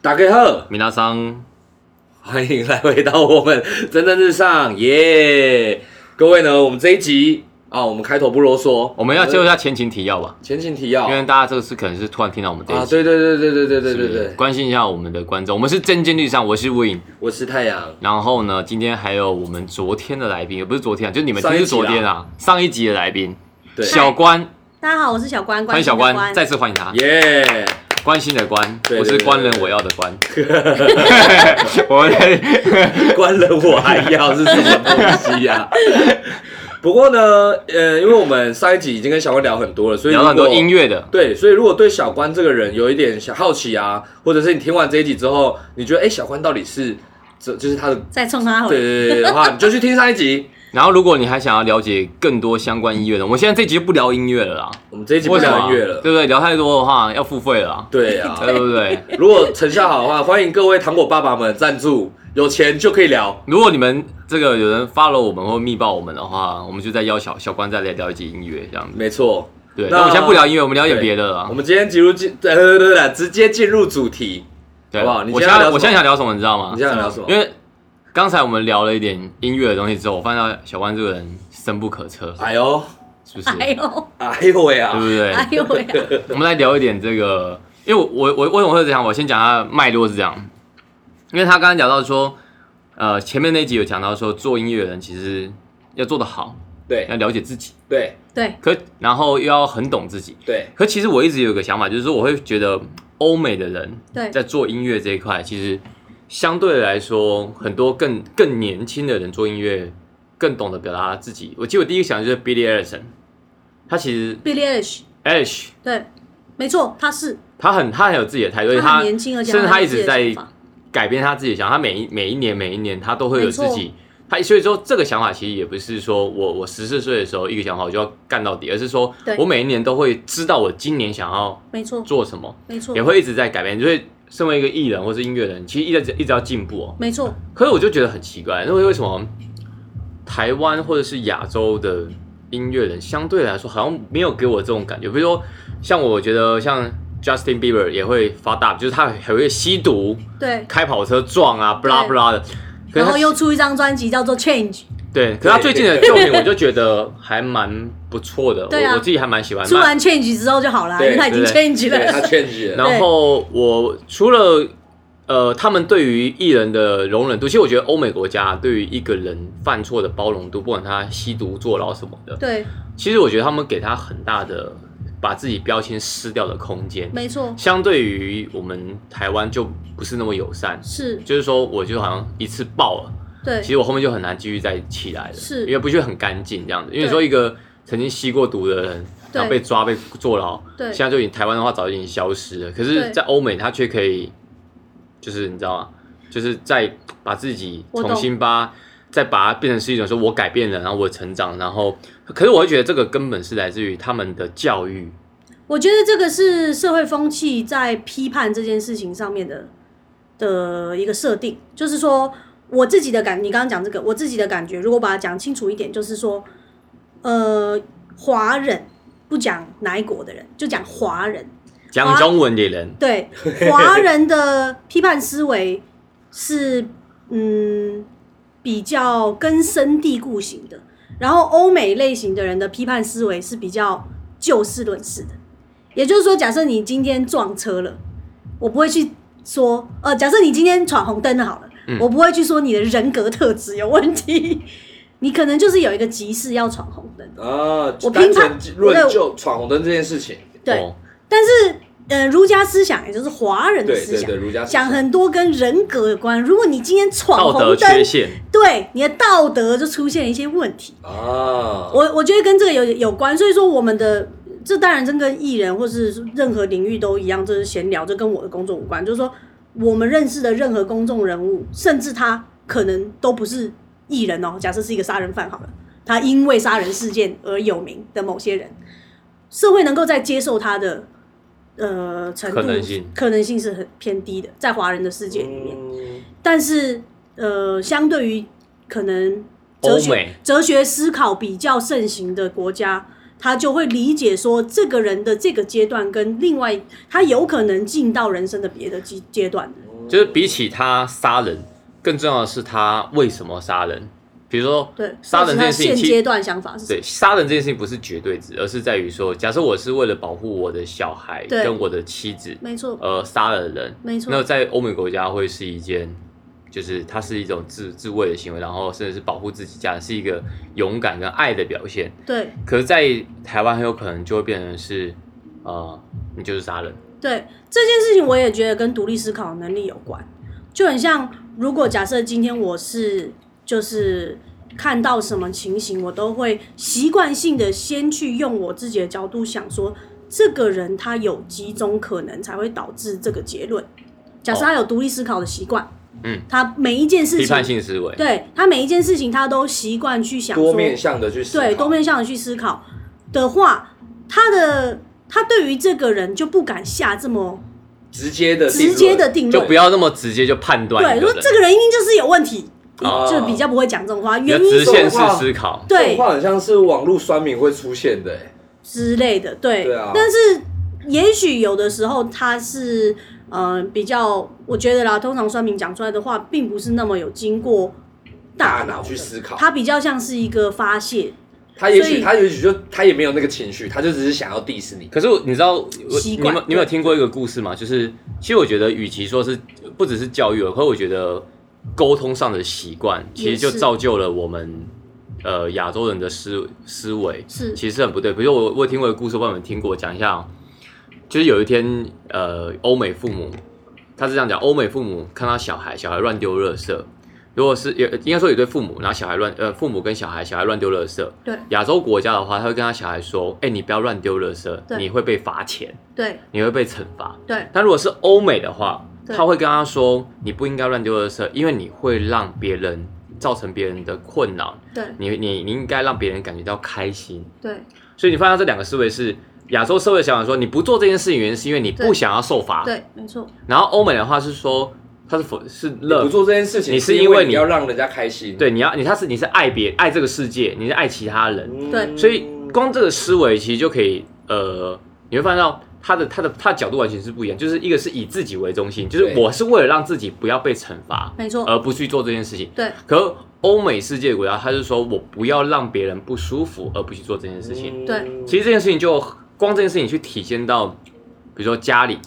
大家好，米拉桑，欢迎来回到我们蒸蒸日上，耶、各位呢，我们这一集啊，我们开头不啰嗦，我们要进入一下前情提要吧，前情提要因为大家这个是可能是突然听到我们这一啊，集，对对对对对对对对是对，关心一下我们的观众。我们是真金律上，我是 Win，我是太阳，然后呢，今天还有我们昨天的来宾，也不是昨天啊，就是你们上一听集是昨天啊，上一集的来宾对，小关，大家好，我是小关，欢迎小心的关，再次欢迎他，耶、关心的关，对我对是对官人我要的 官， 我们关了我还要是什么东西 呀、不过呢，呃，因为我们上一集已经跟小关聊很多了，所以聊了很多如果音乐的，对，所以如果对小关这个人有一点小好奇啊，或者是你听完这一集之后，你觉得哎、诶小关到底是这就是他的再冲他对回。对对对的话，你就去听上一集。然后如果你还想要了解更多相关音乐的，我们现在这集就不聊音乐了啦，我们这一集不为什聊么？音乐 了，对不对？聊太多的话要付费了啊，对啊。对不对？如果成效好的话，欢迎各位糖果爸爸们赞助，有钱就可以聊。如果你们这个有人 follow 我们或密报我们的话，我们就再邀小小关再来聊一集音乐这样子。没错，对，那那我们先不聊音乐，我们聊点别的了我啊。们今天进入进对对对对，直接进入主题。对，好不好你我现现在要在聊什么我现在想聊什么，你知道吗你？现在聊什么？嗯因为刚才我们聊了一点音乐的东西之后，我发现到小关这个人深不可测，哎呦是不是？ 哎对呦，哎呦喂啊不！对？哎呦喂啊！我们来聊一点这个，因为我我我为什么会这样？我先讲它脉络是这样，因为他刚刚讲到说，呃，前面那集有讲到说，做音乐的人其实要做得好，对要了解自己，对对，可然后又要很懂自己。对可其实我一直有个想法，就是说我会觉得欧美的人对在做音乐这一块，其实相对来说，很多更更年轻的人做音乐，更懂得表达自己。我记得我第一个想的就是 Billy Eilish，他其实 Billie Eilish， Eilish 对，没错，他是他很他很有自己的态度，而且他他很年轻，而且甚至他有一自己直的在想法改变他自己的想法，他每一每一年每一年他都会有自没己，他所以说这个想法其实也不是说我我十四岁的时候一个想法我就要干到底，而是说对我每一年都会知道我今年想要没错，做什么，没错也，会一直在改变。所以身为一个艺人或是音乐人，其实一直一直要进步哦。没错，可是我就觉得很奇怪，因为为什么台湾或者是亚洲的音乐人相对来说好像没有给我这种感觉？比如说，像我觉得像 Justin Bieber 也会发大，就是他很会吸毒、对。开跑车撞啊，不对拉不拉的。可是然他后又出一张专辑叫做《Change 对，可是他最近的作品我就觉得还蛮不错的，对啊我我自己还蛮喜欢。》，出完《Change》之后就好啦，对因为他已经对对 Change 对，他了。劝举了。然后我除了呃，他们对于艺人的容忍度，其实我觉得欧美国家对于一个人犯错的包容度，不管他吸毒、坐牢什么的，对，其实我觉得他们给他很大的把自己标签撕掉的空间，没错，相对于我们台湾就不是那么友善。是，就是说，我就好像一次爆了，对其，实我后面就很难继续再起来了，是因为不觉得很干净这样子。因为对说一个曾经吸过毒的人，然后被对抓被坐牢，对现，在就已经台湾的话早就已经消失了，可是，对在欧美它却可以，就是你知道吗？就是在把自己我懂重新把再把它变成是一种说我改变了，然后我成长，然后，可是我会觉得这个根本是来自于他们的教育，我觉得这个是社会风气在批判这件事情上面的的一个设定，就是说我自己的感，你刚刚讲这个，我自己的感觉，如果把它讲清楚一点，就是说，呃，华人不讲哪一国的人，就讲华人，讲啊中文的人，对华人的批判思维是嗯比较根深蒂固型的，然后欧美类型的人的批判思维是比较就事论事的。也就是说，假设你今天撞车了，我不会去说，呃，假设你今天闯红灯了好了，嗯我不会去说你的人格特质有问题，你可能就是有一个急事要闯红灯。啊，我单评判纯论我的就闯红灯这件事情，对，哦但是呃，儒家思想也就是华人的对思对想对，。儒家思讲想很多跟人格有关。如果你今天闯道德红缺灯，陷，对你的道德就出现一些问题。啊，我我觉得跟这个有有关，所以说我们的这当然真跟艺人或是任何领域都一样，这是闲聊，这跟我的工作无关。就是说，我们认识的任何公众人物，甚至他可能都不是艺人哦。假设是一个杀人犯好了，他因为杀人事件而有名的某些人，社会能够在接受他的呃程度可能性可能性是很偏低的，在华人的世界里面。嗯但是呃，相对于可能欧哲美学哲学思考比较盛行的国家，他就会理解说，这个人的这个阶段跟另外他有可能进到人生的别的阶阶段的嗯就是比起他杀人，更重要的是他为什么杀人。比如说，对，杀人这件事情现其阶段想法是什么对，杀人这件事情不是绝对值，而是在于说，假设我是为了保护我的小孩对跟我的妻子，没错，而杀了人，没错那在欧美国家会是一件，就是它是一种自自卫的行为，然后甚至是保护自己家，是一个勇敢跟爱的表现。对可是，在台湾很有可能就会变成是，呃，你就是杀人，对，这件事情我也觉得跟独立思考的能力有关，就很像如果假设今天我是就是看到什么情形，我都会习惯性的先去用我自己的角度想说，这个人他有几种可能才会导致这个结论。假设他有独立思考的习惯，哦嗯，他每一件事批判情，性思维。对他每一件事情他都习惯去想说多面向的去思考对多面向的去思考的话，他的他对于这个人就不敢下这么直接的定直论接的定就论，不要那么直接就判断对一个说人这，个人一定就是有问题，哦就比较不会讲这种话，比较原因直是线式思考。这种对话很像是网络酸民会出现的、欸，之类的，对。对啊但是也许有的时候他是嗯、呃比较，我觉得啦，通常酸民讲出来的话，并不是那么有经过大大脑脑去的，思考。他比较像是一个发泄，他也所许以他也许就他也没有那个情绪，他就只是想要 diss 你。可是我你知道，我习你惯们你们有听过一个故事吗？就是其实我觉得，与其说是不只是教育了，可是我觉得沟通上的习惯，其也实就是造就了我们呃亚洲人的思思维，是其实是很不对。比如我我有听过一个故事，我帮你们听过，讲一下、哦。就是有一天，呃，欧美父母他是这样讲，欧美父母看到小孩，小孩乱丢垃圾，如果是有呃应该说有对父母，然后小孩乱呃父母跟小孩小孩乱丢垃圾，对亚洲国家的话，他会跟他小孩说：“哎、你不要乱丢垃圾，对你会被罚钱，对你会被惩罚。对”但如果是欧美的话，对他会跟他说：“你不应该乱丢垃圾，因为你会让别人造成别人的困扰，对你你你应该让别人感觉到开心。对”所以你发现这两个思维是亚洲社会想法说，你不做这件事情，原因是因为你不对想要受罚。对，没错，然后欧美的话是说，他是否是你不 love，做这件事情，你是是因为你你要让人家开心。对，你要你他是你是爱别爱这个世界，你是爱其他人。嗯，对所以光这个思维其实就可以，呃，你会发现到他的他的他的角度完全是不一样，就是一个是以自己为中心，就是对我是为了让自己不要被惩罚，没错，而不去做这件事情。对可欧美世界国家，他是说我不要让别人不舒服，而不去做这件事嗯情。对其实这件事情就光这件事情去体现到，比如说家里，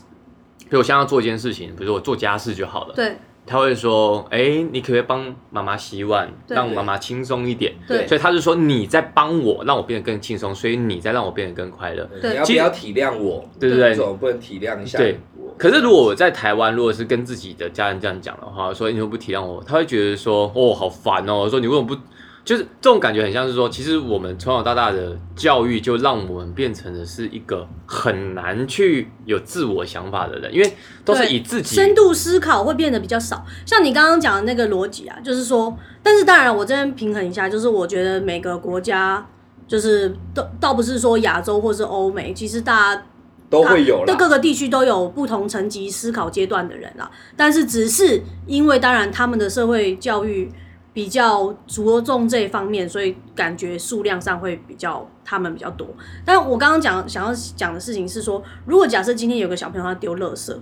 比如我现在要做一件事情，比如说我做家事就好了，对他会说，哎、你可不可以帮妈妈洗碗，对让妈妈轻松一点？对对所以他就说你在帮我，让我变得更轻松，所以你在让我变得更快乐，你对要不其实要体谅我？对不为对什？么不能体谅一下？对，可是如果我在台湾，如果是跟自己的家人这样讲的话，说你怎么不体谅我？他会觉得说哦好烦哦，说你为什么不？就是这种感觉很像是说，其实我们从小到大的教育就让我们变成的是一个很难去有自我想法的人，因为都是对以自己深度思考会变得比较少。像你刚刚讲的那个逻辑啊，就是说，但是当然我这边平衡一下，就是我觉得每个国家就是都倒不是说亚洲或是欧美，其实大家都会有各各啦。个地区都有不同层级思考阶段的人啦。但是只是因为当然他们的社会教育比较着重这一方面，所以感觉数量上会比较他们比较多。但我刚刚讲想要讲的事情是说，如果假设今天有个小朋友他丢垃圾。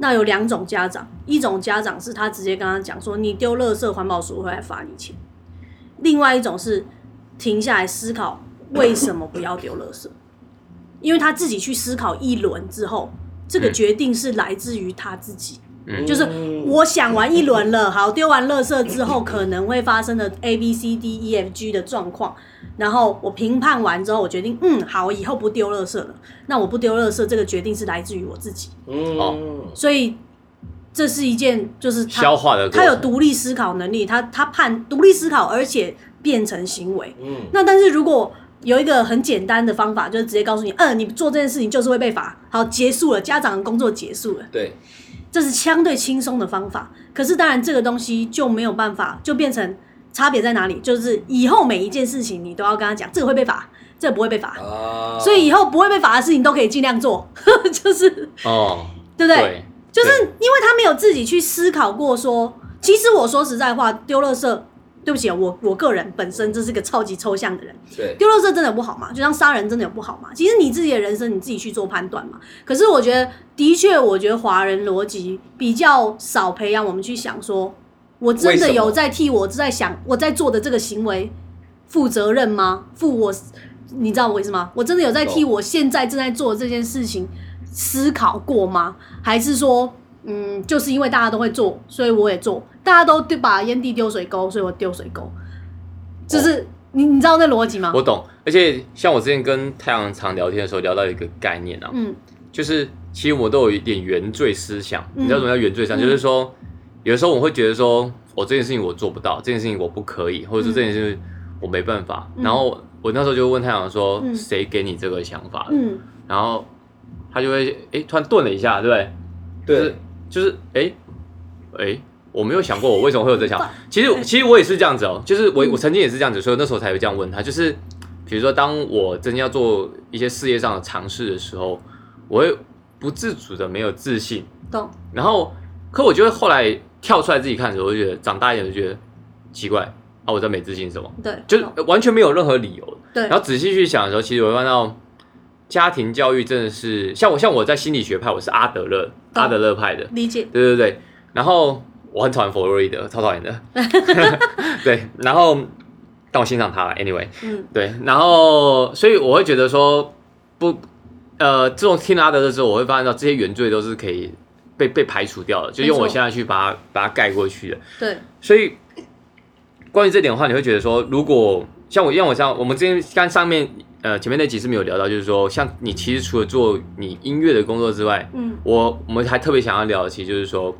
那有两种家长，一种家长是他直接跟他讲说你丢垃圾，环保署会来罚你钱；另外一种是停下来思考为什么不要丢垃圾。因为他自己去思考一轮之后，这个嗯决定是来自于他自己。嗯就是嗯我想完一轮了，好，丢完垃圾之后可能会发生的 A B C D E F G 的状况，然后我评判完之后，我决定，嗯，好，我以后不丢垃圾了。那我不丢垃圾这个决定是来自于我自己，哦嗯，所以这是一件就是他消化的过他程。有独立思考能力，他他判独立思考，而且变成行为。嗯，那但是如果有一个很简单的方法，就是直接告诉你，嗯，你做这件事情就是会被罚，好，结束了，家长的工作结束了，对，这是相对轻松的方法。可是当然，这个东西就没有办法，就变成差别在哪里？就是以后每一件事情你都要跟他讲，这个会被罚，这个不会被罚，啊，所以以后不会被罚的事情都可以尽量做，就是哦，对不对？对，就是对因为他没有自己去思考过说，其实我说实在话，丢垃圾对不起啊，我我个人本身这是个超级抽象的人，对，丢垃圾真的有不好吗？就像杀人真的有不好吗？其实你自己的人生你自己去做判断嘛。可是我觉得，的确，我觉得华人逻辑比较少培养我们去想说，我真的为什有么在替我在想我在做的这个行为负责任吗？负我，你知道我意思吗？我真的有在替懂我现在正在做的这件事情思考过吗？还是说？嗯，就是因为大家都会做，所以我也做。大家都丢把烟蒂丢水沟，所以我丢水沟。哦就是、你你知道那逻辑吗？我懂，而且像我之前跟太阳常聊天的时候，聊到一个概念啊，嗯就是其实我都有一点原罪思想。嗯你知道什么叫原罪思想？嗯就是说，有的时候我会觉得说，我、这件事情我做不到，这件事情我不可以，或者是嗯这件事情我没办法。嗯然后我那时候就问太阳说，嗯谁给你这个想法的？嗯然后他就会诶，突然顿了一下，对不对？对，就是诶诶，我没有想过我为什么会有这想法嗯。其对实其实我也是这样子哦，就是我嗯我曾经也是这样子，所以那时候才会这样问他，就是比如说当我真的要做一些事业上的尝试的时候，我会不自主的没有自信，懂，然后可我就会后来跳出来自己看的时候，我就觉得长大一点就觉得奇怪啊，我在没自信什么，对，就是懂完全没有任何理由。哦对，然后仔细去想的时候，其实我会看到家庭教育真的是像我像我在心理学派，我是阿德勒懂阿德勒派的，理解，对对对。然后我很讨厌弗洛伊德，超讨厌的。对，然后但我欣赏他了，anyway。嗯对，然后所以我会觉得说不，呃，自从听了阿德勒之后，我会发现到这些原罪都是可以被被排除掉的，就用没错我现在去把它把它盖过去的。对，所以关于这点的话，你会觉得说，如果像我，像我像我们之前刚上面呃前面那集是没有聊到，就是说，像你其实除了做你音乐的工作之外，嗯我我们还特别想要聊的，其实就是说，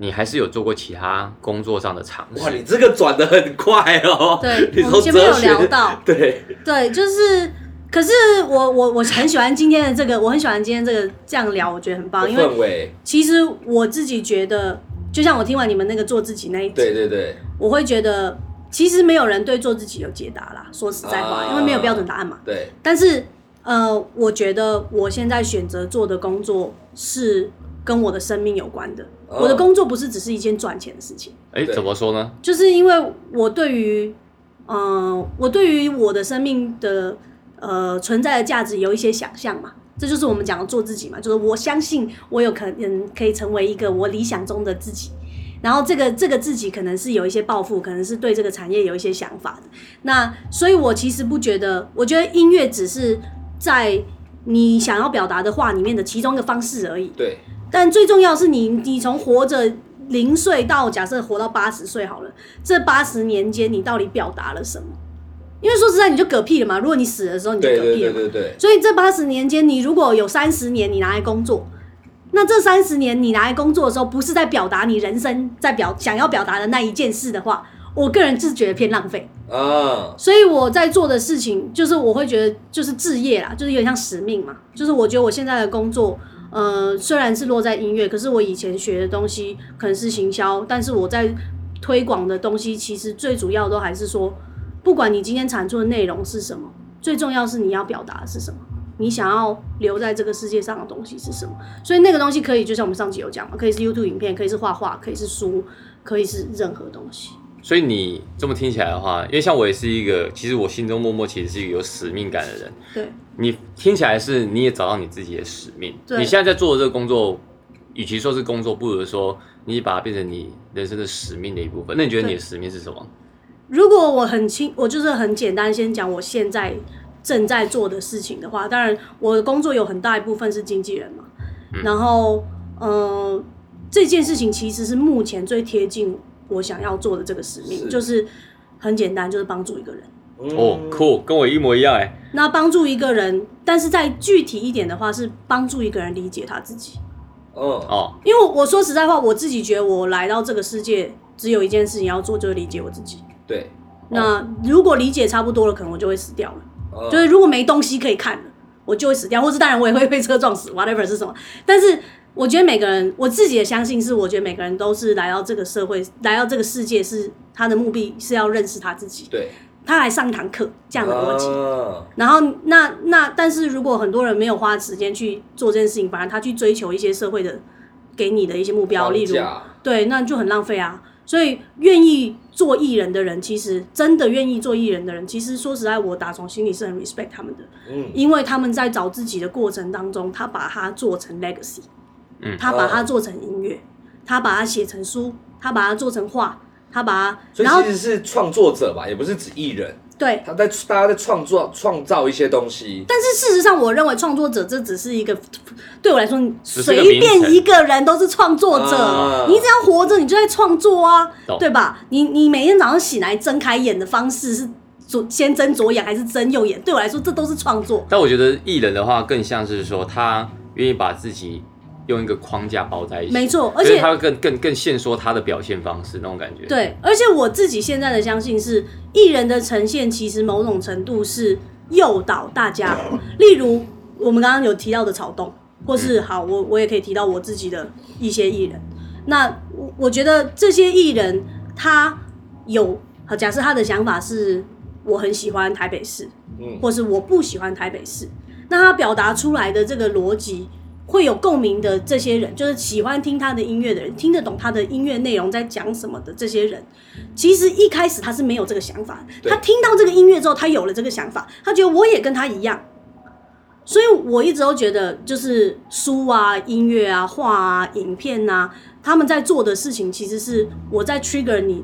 你还是有做过其他工作上的尝哇，试。你这个转的很快哦， 你对，我从们前面哲有学聊，到，对，对，就是，可是我我我很喜欢今天的这个，我很喜欢今天这个这样聊，我觉得很啊棒，因为氛围，其实我自己觉得，就像我听完你们那个做自己那一集，对对对，我会觉得其实没有人对做自己有解答啦，说实在话，啊因为没有标准答案嘛。对，但是呃，我觉得我现在选择做的工作是跟我的生命有关的。嗯我的工作不是只是一件赚钱的事情，哎，对怎么说呢？就是因为我对于，嗯、我对于我的生命的呃存在的价值有一些想象嘛。这就是我们讲的做自己嘛，就是我相信我有可能可以成为一个我理想中的自己，然后这个这个自己可能是有一些抱负，可能是对这个产业有一些想法的。那所以，我其实不觉得，我觉得音乐只是在你想要表达的话里面的其中一个方式而已。对，但最重要是你，你从活着零岁到假设活到八十岁好了，这八十年间你到底表达了什么？因为说实在，你就嗝屁了嘛。如果你死的时候你就嗝对屁了嘛，对对对对，所以这八十年间，你如果有三十年你拿来工作，那这三十年你拿来工作的时候，不是在表达你人生在表想要表达的那一件事的话，我个人是觉得偏浪费。啊，所以我在做的事情，就是我会觉得就是置业啦，就是有点像使命嘛。就是我觉得我现在的工作，呃，虽然是落在音乐，可是我以前学的东西可能是行销，但是我在推广的东西，其实最主要都还是说，不管你今天产出的内容是什么，最重要是你要表达的是什么。你想要留在这个世界上的东西是什么？所以那个东西可以，就像我们上集有讲嘛，可以是 YouTube 影片，可以是画画，可以是书，可以是任何东西。所以你这么听起来的话，因为像我也是一个，其实我心中默默其实是一个有使命感的人。对，你听起来是你也找到你自己的使命。对你现在在做的这个工作，与其说是工作，不如说你把它变成你人生的使命的一部分。那你觉得对你的使命是什么？如果我很清，我就是很简单，先讲我现在正在做的事情的话，当然我的工作有很大一部分是经纪人嘛，然后呃，这件事情其实是目前最贴近我想要做的这个使命，是就是很简单，就是帮助一个人。哦嗯，cool，跟我一模一样哎。那帮助一个人，但是再具体一点的话，是帮助一个人理解他自己。嗯，哦，因为我我说实在话，我自己觉得我来到这个世界，只有一件事情要做，就是理解我自己。对，那如果理解差不多了，可能我就会死掉了。嗯就是如果没东西可以看了，我就会死掉，或是当然我也会被车撞死，whatever 是什么。但是我觉得每个人，我自己也相信是，我觉得每个人都是来到这个社会，来到这个世界是他的目的是要认识他自己，对，他来上一堂课这样的逻辑。啊然后那那，但是如果很多人没有花时间去做这件事情，反而他去追求一些社会的给你的一些目标，框例如架对，那就很浪费啊。所以愿意做艺人的人，其实真的愿意做艺人的人，其实说实在，我打从心里是很 respect 他们的，嗯，因为他们在找自己的过程当中，他把它做成 legacy，嗯他把它做成音乐，他把它写成书，他把它做成画，他把它，所以然后其实是创作者吧，也不是指艺人，对。他在大家在创作创造一些东西，但是事实上，我认为创作者这只是一个，对我来说，你只是个随名便称一个人都是创作啊者，你只要活着，你就在创作啊懂，对吧？你你每天早上醒来睁开眼的方式是左先睁左眼还是睁右眼？对我来说，这都是创作。但我觉得艺人的话，更像是说他愿意把自己用一个框架包在一起，没错所以而且他会更更更限缩他的表现方式那种感觉。，对，而且我自己现在的相信是，艺人的呈现其实某种程度是诱导大家，例如我们刚刚有提到的草动，或是好，我我也可以提到我自己的一些艺人。那我我觉得这些艺人他有，好假设他的想法是我很喜欢台北市，嗯，或是我不喜欢台北市，那他表达出来的这个逻辑会有共鸣的这些人，就是喜欢听他的音乐的人，听得懂他的音乐内容在讲什么的这些人，其实一开始他是没有这个想法的，对他听到这个音乐之后，他有了这个想法，他觉得我也跟他一样。所以我一直都觉得，就是书啊、音乐啊、画啊、影片啊，他们在做的事情，其实是我在 trigger 你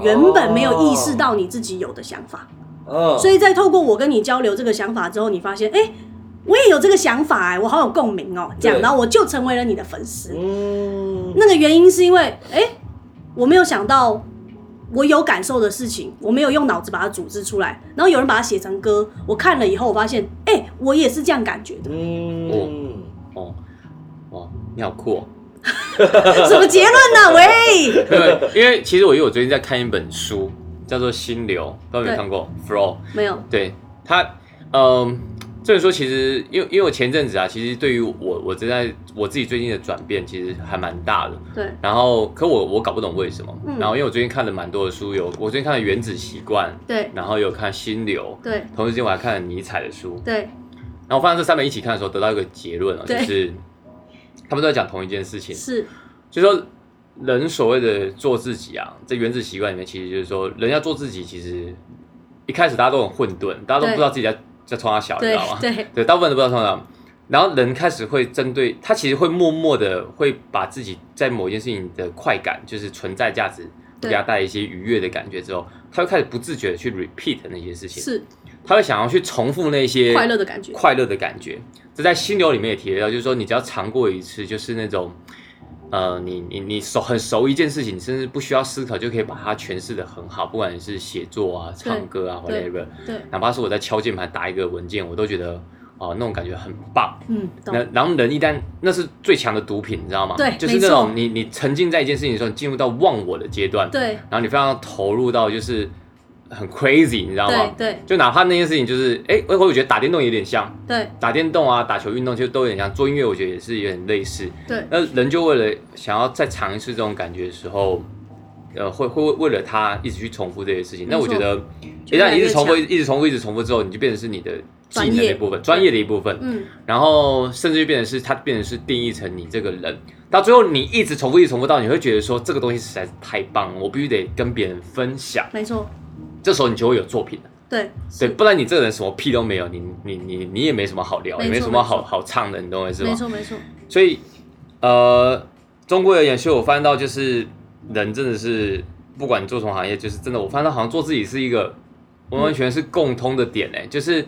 原本没有意识到你自己有的想法。嗯，所以在透过我跟你交流这个想法之后，你发现，哎、我也有这个想法、哎，我好有共鸣哦、这样，对然后我就成为了你的粉丝。嗯，那个原因是因为，哎、我没有想到我有感受的事情，我没有用脑子把它组织出来，然后有人把它写成歌，我看了以后，我发现，哎、我也是这样感觉 的。嗯，哦，哦，你好酷、哦。什么结论呢、喂，对，因为 其实我因为我最近在看一本书，叫做《心流》，不知道有没有看过《Flow》。没有，对他，嗯，所以说其实，因为因为我前阵子啊，其实对于我我正在我自己最近的转变，其实还蛮大的。对，然后，可我我搞不懂为什么。嗯然后，因为我最近看了蛮多的书，有我最近看了《原子习惯》，对，然后有看《心流对，》，同时间我还看了尼采的书。对，然后我发现这三本一起看的时候，得到一个结论啊，就对是他们都在讲同一件事情，是，就是说人所谓的做自己啊，在原子习惯里面，其实就是说人要做自己，其实一开始大家都很混沌，大家都对不知道自己在在冲他小，你知对道吗，？对， 对，大部分都不知道冲他小。然后人开始会针对他，其实会默默的会把自己在某一件事情的快感，就是存在价值，对给他带来一些愉悦的感觉之后，他会开始不自觉的去 repeat 那些事情，是他会想要去重复那些快乐的感觉，快乐的感觉。这在心流里面也提到，就是说你只要尝过一次，就是那种，呃，你你你熟很熟一件事情，你甚至不需要思考就可以把它诠释的很好，不管是写作啊、唱歌啊对，whatever，对，哪怕是我在敲键盘打一个文件，我都觉得哦、那种感觉很棒。嗯，懂那，然后人一旦那是最强的毒品，你知道吗？对就是没那错种你你沉浸在一件事情的时候，你进入到忘我的阶段，对，然后你非常投入到就是很 crazy，你知道对吗，？对，就哪怕那件事情就是，哎，我我觉得打电动有点像，对，打电动啊、打球运动，其实都有点像做音乐，我觉得也是有点类似。对，那人就为了想要再尝一次这种感觉的时候，呃，会会为了他一直去重复这些事情。没那错我觉得，一就越来旦越一直重复、强一直重复、一直重复之后，你就变成是你的技能专的业一部分、专业的一部分，嗯，然后甚至就变成是它变成是定义成你这个人。到最后，你一直重复、一直重复到你会觉得说这个东西实在是太棒了，我必须得跟别人分享。没错，这时候你就会有作品了。对，对，是不然你这个人什么屁都没有，你你你你也没什么好聊，没也错没什么没好错好唱的，你懂我意思没吗？错，没错，所以，呃，中国有演秀，我发现到就是人真的是不管你做什么行业，就是真的，我发现到好像做自己是一个完完全是共通的点哎、就是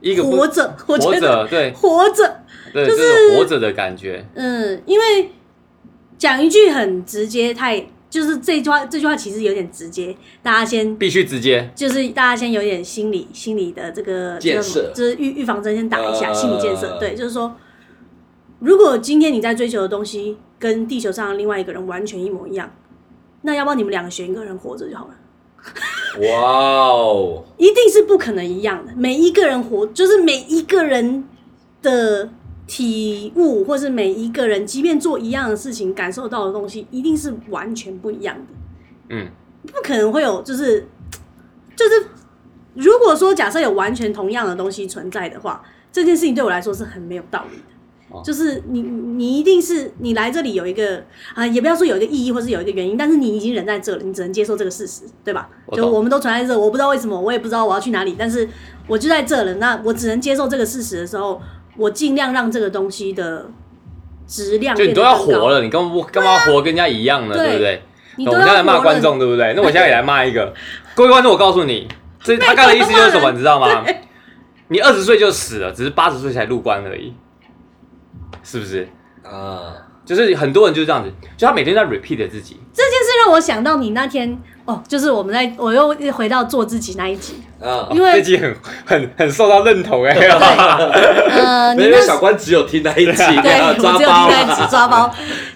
一个不活着，我活觉得着，对活着，对，就是这种活着的感觉，嗯，因为讲一句很直接，太就是这句话，这句话其实有点直接，大家先必须直接就是大家先有点心理心理的这个建设这个就是预预防针先打一下、呃心理建设。对，就是说，如果今天你在追求的东西跟地球上的另外一个人完全一模一样，那要不要你们两个选一个人活着就好了？哇哦，一定是不可能一样的。每一个人活，就是每一个人的体悟，或是每一个人，即便做一样的事情，感受到的东西，一定是完全不一样的。嗯，不可能会有，就是就是，如果说假设有完全同样的东西存在的话，这件事情对我来说是很没有道理的。哦就是你你一定是你来这里有一个啊、也不要说有一个意义或是有一个原因，但是你已经人在这了，你只能接受这个事实，对吧？我就懂我们都存在这，我不知道为什么，我也不知道我要去哪里，但是我就在这了，那我只能接受这个事实的时候，我尽量让这个东西的质量就你都要活了，了，你干嘛不干嘛活跟人家一样呢？啊对对不对？你那都哦我们要现在骂活了观众，对不对？那我现在也来骂一个， 各位观众，我告诉你，这他刚才的意思就是什么，你知道吗？你二十岁就死了，只是八十岁才入关而已，是不是？啊，就是很多人就是这样子，就他每天在 repeat 自己，这件事让我想到你那天哦，就是我们在我又回到做自己那一集，啊，因为自己很很很受到认同哎、 呃，你因那为时小关只有听那一集，对，啊我只有抓听包在啊，只抓包，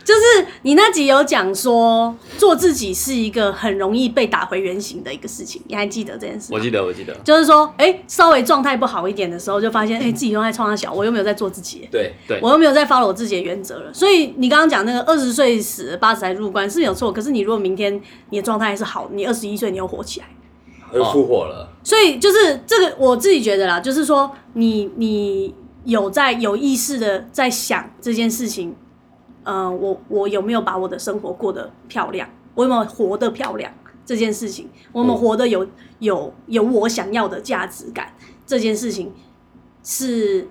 就是你那集有讲说做自己是一个很容易被打回原形的一个事情，你还记得这件事我吗？记得，我记得，就是说，哎、稍微状态不好一点的时候，就发现，哎、自己又在创造小，我又没有在做自己，对，对我又没有在 follow 我自己的原则了。所以你刚刚讲那个二十岁死，八十才入关是没有错，可是你如果明天你的状态还是好，你二十一岁你又火起来。又哦复活了，所以就是这个，我自己觉得啦，就是说你你有在有意识的在想这件事情，呃，我我有没有把我的生活过得漂亮，我有没有活得漂亮这件事情，我有没有活得有、有有我想要的价值感这件事情是。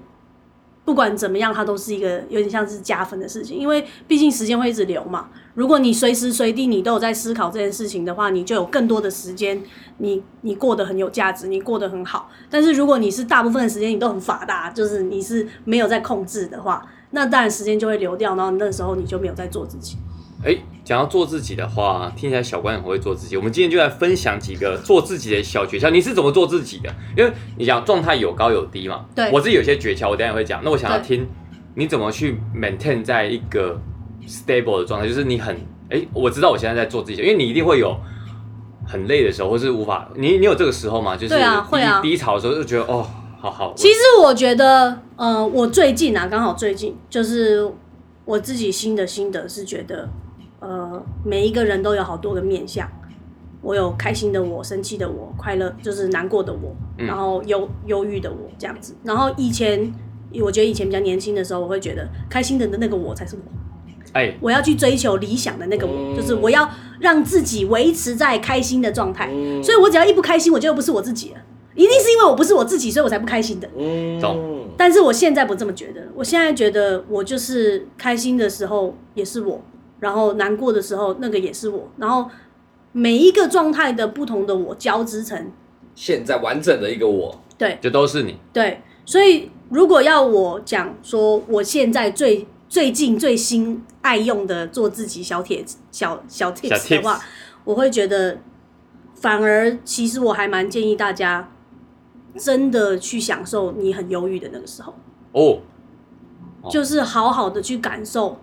不管怎么样，它都是一个有点像是加分的事情，因为毕竟时间会一直流嘛。如果你随时随地你都有在思考这件事情的话，你就有更多的时间，你你过得很有价值，你过得很好。但是如果你是大部分的时间你都很发达，就是你是没有在控制的话，那当然时间就会流掉，然后那时候你就没有在做自己。哎，讲到做自己的话，听起来小关很会做自己。我们今天就来分享几个做自己的小诀窍，你是怎么做自己的？因为你讲状态有高有低嘛，对我自己有些诀窍，我等一下也会讲。那我想要对听你怎么去 maintain 在一个 stable 的状态，就是你很哎，我知道我现在在做自己的，因为你一定会有很累的时候，或是无法，你你有这个时候吗？就是对啊会啊低低潮的时候就觉得哦，好好，其实我觉得，呃，我最近啊，刚好最近就是我自己新的心得是觉得，呃，每一个人都有好多个面相。我有开心的我，生气的我，快乐就是难过的我，嗯然后忧忧郁的我这样子。然后以前，我觉得以前比较年轻的时候，我会觉得开心的那个我才是我，哎，我要去追求理想的那个我，嗯就是我要让自己维持在开心的状态。嗯所以我只要一不开心，我就又不是我自己了，一定是因为我不是我自己，所以我才不开心的。嗯懂但是我现在不这么觉得，我现在觉得我就是开心的时候也是我，然后难过的时候那个也是我，然后每一个状态的不同的我交织成，现在完整的一个我，对就都是你，对，所以如果要我讲说我现在最最近最新爱用的做自己小帖小小 tips 的话 tips，我会觉得反而其实我还蛮建议大家真的去享受你很忧郁的那个时候。哦，哦就是好好的去感受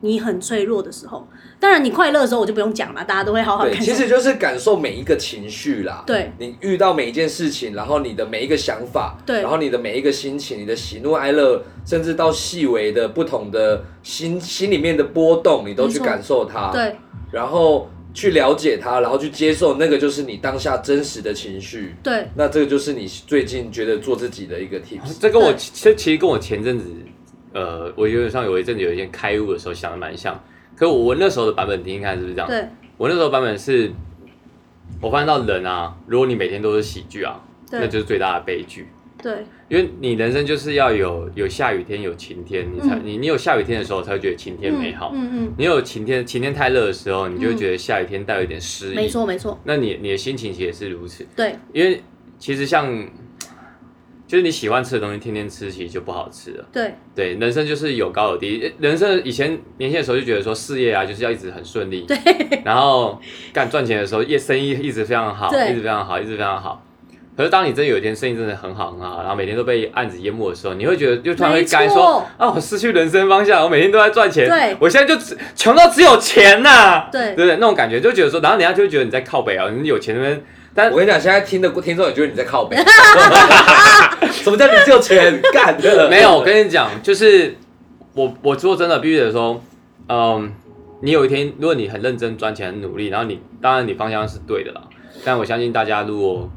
你很脆弱的时候。当然，你快乐的时候我就不用讲了，大家都会好好对，哦感受其。实就是感受每一个情绪啦。对你遇到每一件事情，然后你的每一个想法，对然后你的每一个心情，你的喜怒哀乐，甚至到细微的不同的心心里面的波动，你都去没错感受它，，啊对然后去了解它，然后去接受那个就是你当下真实的情绪。对，那这个就是你最近觉得做自己的一个 tips，这跟我对其其实其实跟我前阵子，呃，我有点像有一阵子有一些开悟的时候想的蛮像。可我我那时候的版本听听看是不是这样？对，我那时候版本是，我发现到人啊，如果你每天都是喜剧啊，对那就是最大的悲剧。对，因为你人生就是要有有下雨天有晴天，你才、嗯你你有下雨天的时候才会觉得晴天美好。嗯嗯你有晴天晴天太热的时候，你就会觉得下雨天带有一点诗意。嗯，没错没错，那你你的心情其实也是如此。对因为其实像，就是你喜欢吃的东西，天天吃其实就不好吃了。对对，人生就是有高有低。人生以前年轻的时候就觉得说事业啊，就是要一直很顺利，对，然后干赚钱的时候，业生意一直非常好，对一直非常好，一直非常好。可是当你真的有一天生意真的很好很好，然后每天都被案子淹没的时候，你会觉得就突然会该没说错啊，我失去人生方向，我每天都在赚钱，对我现在就只穷到只有钱呐、对对不对？那种感觉就觉得说，然后人家就会觉得你在靠北啊，你有钱那边我跟你讲，现在听的听众也觉得你在 靠背，什么叫你就钱干的？ 没有，我跟你讲，就是我我说真的，必须得说，嗯，你有一天，如果你很认真赚钱、很努力，然后你当然你方向是对的啦，但我相信大家如果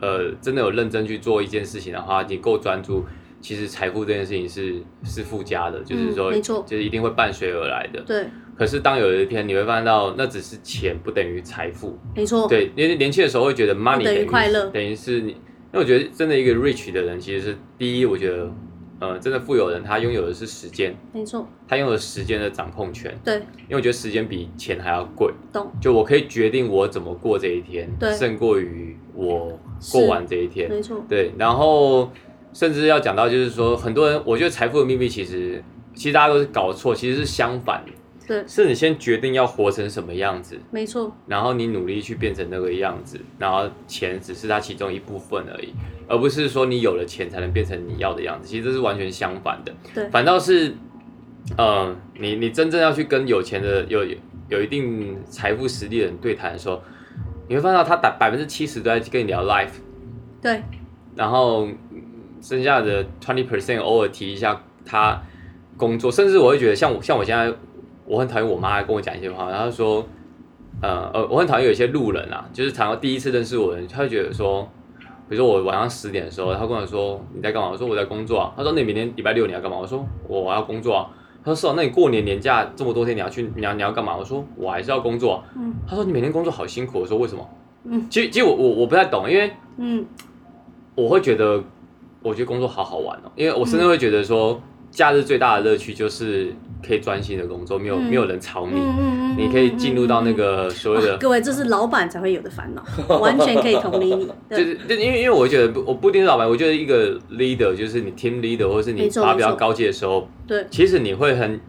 呃真的有认真去做一件事情的话，你够专注，其实财富这件事情是是附加的，就是嗯说，没错就是一定会伴随而来的。对，可是当有一天你会发现到，那只是钱不等于财富，没错，对，因为年轻的时候会觉得 money 哦等于于快乐等于是你。因为我觉得真的一个 rich 的人，其实是第一，我觉得，呃，真的富有人他拥有的是时间，没错，他拥有时间的掌控权。对，因为我觉得时间比钱还要贵，懂，就我可以决定我怎么过这一天对，胜过于我过完这一天。没错，对，然后甚至要讲到就是说，很多人我觉得财富的秘密其实其实大家都是搞错，其实是相反的，对，是你先决定要活成什么样子，没错，然后你努力去变成那个样子，然后钱只是它其中一部分而已，而不是说你有了钱才能变成你要的样子。其实这是完全相反的，对反倒是，呃，你你真正要去跟有钱的有有一定财富实力的人对谈的时候，你会发现到他百百分之七十都在跟你聊 life，对，然后嗯剩下的 twenty percent 偶尔提一下他工作，甚至我会觉得像我像我现在，我很讨厌我妈跟我讲一些话，然后说，呃呃，我很讨厌有一些路人啊，就是常常第一次认识我的人，他会觉得说，比如说我晚上十点的时候，他跟我说你在干嘛？我说我在工作啊。他说那你明天礼拜六你要干嘛？我说我要工作啊。他说是啊，那你过年年假这么多天你要去你要你要干嘛？我说我还是要工作、啊。嗯他说你每天工作好辛苦。我说为什么？嗯其实其实我我我不太懂，因为。嗯，我会觉得，我觉得工作好好玩哦，因为我嗯甚至会觉得说，假日最大的乐趣就是可以专心的工作，没有、嗯没有人吵嗯你，嗯嗯，你可以进入到那个所谓的，各位，这是老板才会有的烦 恼，完全可以同理你。就对，是就因为因为我觉得不我不一定是老板，我觉得一个 leader 就是你 team leader 或是没你错发比没较错高阶的时候，对，其实你会很，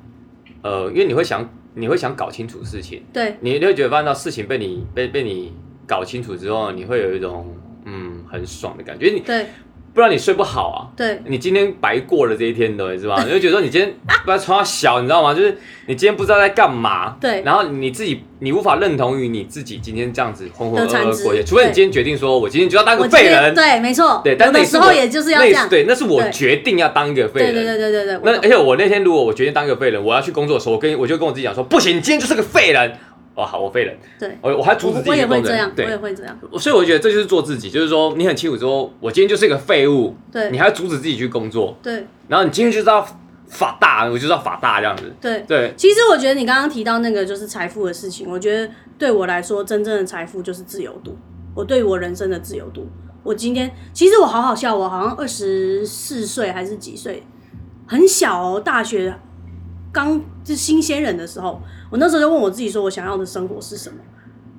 呃，因为你会想你会想搞清楚事情，对，你你会觉得发现到事情被你被被你搞清楚之后，你会有一种嗯很爽的感觉，因为你对，不然你睡不好啊，对，你今天白过了这一天的，是吧？ 你就觉得说你今天不要穿到小，你知道吗？就是你今天不知道在干嘛，对然后你自己你无法认同于你自己今天这样子浑浑噩的产噩值过夜，除非你对今天决定说我今天就要当我个今废天人，对，没错，对，有但那的也是时候我也就是要那这也样。对，那是我对决定要当一个废对人，对对对对对，我那哎而懂且我那天如果我决定当一个废人，我要去工作的时候，我跟我就跟我自己讲说，不行，你今天就是个废人。哦，好，我废人，对，我我还阻止我自我己也去会工这作样，我也对，会这样，所以我觉得这就是做自己，就是说你很清楚说，我今天就是一个废物，对你还要阻止自己去工作，对然后你今天就是要法大，我就是要法大这样子。对。对，其实我觉得你刚刚提到那个就是财富的事情，我觉得对我来说，真正的财富就是自由度。我对我人生的自由度，我今天其实我好好笑，我好像二十四岁还是几岁，很小哦，大学刚是新鲜人的时候，我那时候就问我自己说，我想要的生活是什么？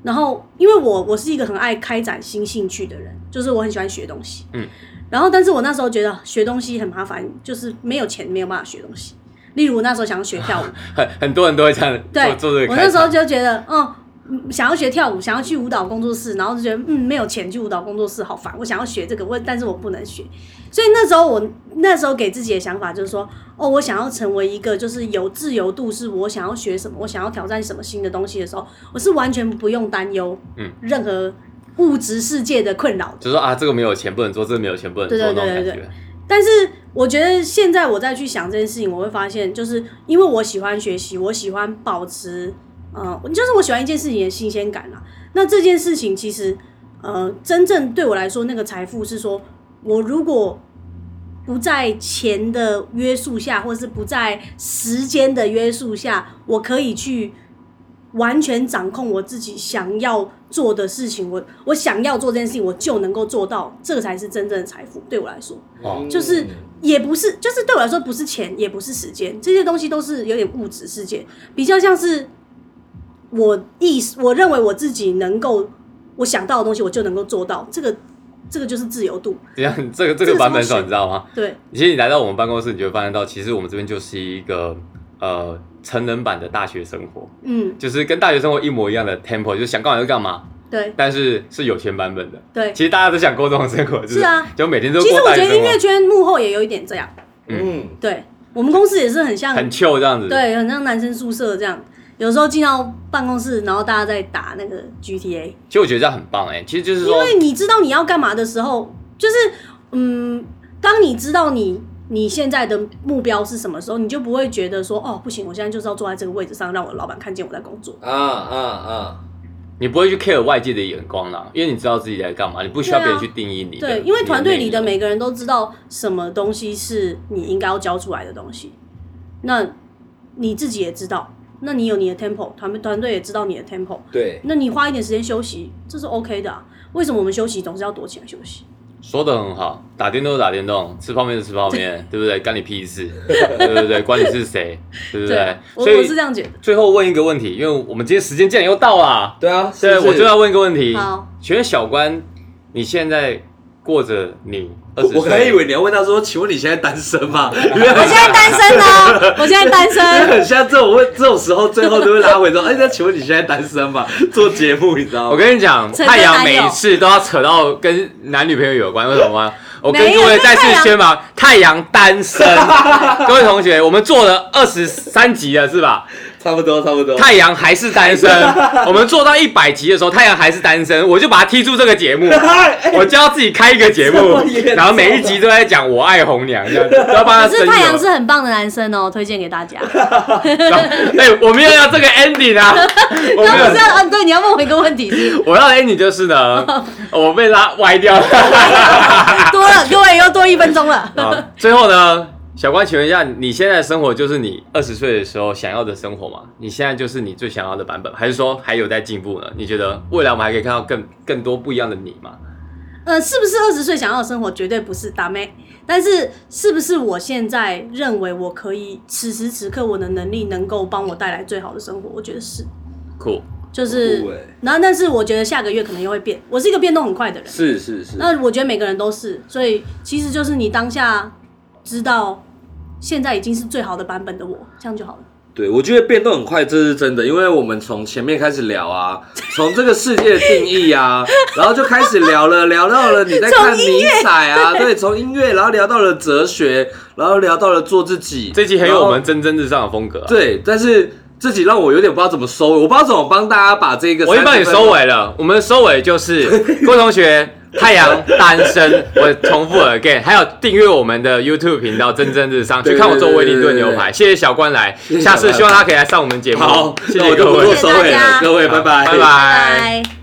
然后，因为我我是一个很爱开展新兴趣的人，就是我很喜欢学东西，嗯，然后但是我那时候觉得学东西很麻烦，就是没有钱，没有办法学东西。例如我那时候想要学跳舞，很很多人都会这样对 做做这个我开那时候场。就觉得，嗯，嗯想要学跳舞，想要去舞蹈工作室，然后就觉得，嗯，没有钱去舞蹈工作室好烦，我想要学这个，我但是我不能学，所以那时候我那时候给自己的想法就是说，哦，我想要成为一个就是有自由度，是我想要学什么，我想要挑战什么新的东西的时候，我是完全不用担忧，嗯，任何物质世界的困扰的。就说啊，这个没有钱不能做，这个没有钱不能做对那对种对感对觉。但是我觉得现在我再去想这件事情，我会发现，就是因为我喜欢学习，我喜欢保持，呃，就是我喜欢一件事情的新鲜感啦。那这件事情其实，呃，真正对我来说，那个财富是说，我如果不在钱的约束下，或是不在时间的约束下，我可以去完全掌控我自己想要做的事情。我我想要做这件事情，我就能够做到，这个才是真正的财富。对我来说，哦就是也不是，就是对我来说不是钱，也不是时间，这些东西都是有点物质世界，比较像是我意识，我认为我自己能够我想到的东西，我就能够做到。这个这个就是自由度，这样这个这这个个版本超少，神你知道吗？对其实你来到我们办公室，你就会发现到，其实我们这边就是一个呃成人版的大学生活，嗯，就是跟大学生活一模一样的 tempo，就是想干嘛就干嘛，对但是是有钱版本的。对。其实大家都想过这种生活，就是啊就每天都其过实我大觉学得音生乐活，圈幕后也有一点这样，嗯，对我们公司也是很像，很 chill 这样子。对，很像男生宿舍这样。有时候进到办公室，然后大家在打那个 GTA，其实我觉得这样很棒哎，其实就是因说，为你知道你要干嘛的时候，就是嗯，当你知道你你现在的目标是什么时候，你就不会觉得说哦，不行，我现在就是要坐在这个位置上，让我老板看见我在工作。啊啊啊啊，你不会去 care 外界的眼光啦，因为你知道自己在干嘛，你不需要对啊别人去定义你的。对，因为团队里的你内每个人都知道什么东西是你应该要交出来的东西，那你自己也知道，那你有你的 tempo，团团队也知道你的 tempo，对，那你花一点时间休息，这是 OK 的、啊。为什么我们休息总是要躲起来休息？容说的很好，打电动就打电动，吃泡面就吃泡面，对不对？干你屁事，对不对？管你是 谁，对不对？啊我所我是这以样觉得。最后问一个问题，因为我们今天时间竟然又到啦，对啊，对，是不我是就要问一个问题好，请问小关，你现在过着你二十我我还以为你要问他说，请问你现在单身吗？ 我现在单 身呢，我现在单身。很像这种问这种时候，最后都会拉回说，哎，那请问你现在单身吗？做节目你知道我吗？跟你讲，扯跟太阳男每友一次都要扯到跟男女朋友有关，为什么 吗？我跟没有各位跟再次太阳宣布，太阳单 身。各位同学，我们做了二十三集了，是吧？差不多差不多。太阳还是单 身。我们做到一百集的时候，太阳还是单身，我就把他踢出这个节 目。哎我就要自己开一个节这目么严，重啊然后每一集都在讲我爱红娘，这样子，都要帮他可生是太阳友。是很棒的男生哦，推荐给大家。然后哎、我没有要这个 ending 啊， 我那没不有是。要嗯，对，你要问我一个问 题是，我要的 ending 就是 呢，我被拉歪掉了。多了，各位又多一分钟了。 啊，最后呢，小关，请问一下，你现在的生活就是你二十岁的时候想要的生活吗？你现在就是你最想要的版本，还是说还有在进步呢？你觉得未来我们还可以看到更更多不一样的你吗？呃，是不是二十岁想要的生活绝对不是大妹？但是是不是我现在认为我可以此时此刻我的能力能够帮我带来最好的生活？我觉得是，酷，就是很酷欸，然后但是我觉得下个月可能又会变，我是一个变动很快的人。是是是，那我觉得每个人都是，所以其实就是你当下知道现在已经是最好的版本的我，这样就好了。对，我觉得变动很快，这是真的，因为我们从前面开始聊 啊，从这个世界的定义啊，然后就开始聊了，聊到了你在看尼采啊，对，从音乐，然后聊到了哲学，然后聊到了做自己，这集很有我们然后蒸蒸日上的风格、啊。对，但是自己让我有点不知道怎么收尾，我不知道怎么帮大家把这个，我已经帮你收，尾了，我们的收尾就是 郭同学。太阳单身， 我重复了 again，还有订阅我们的 YouTube 频道“蒸蒸日上”，对去看我做威灵顿牛排。谢谢小关来，谢小下关次希望他可以来上我们节目。好，谢那谢我就各不位做，收尾谢谢大了，家各位，拜好拜，拜拜。拜。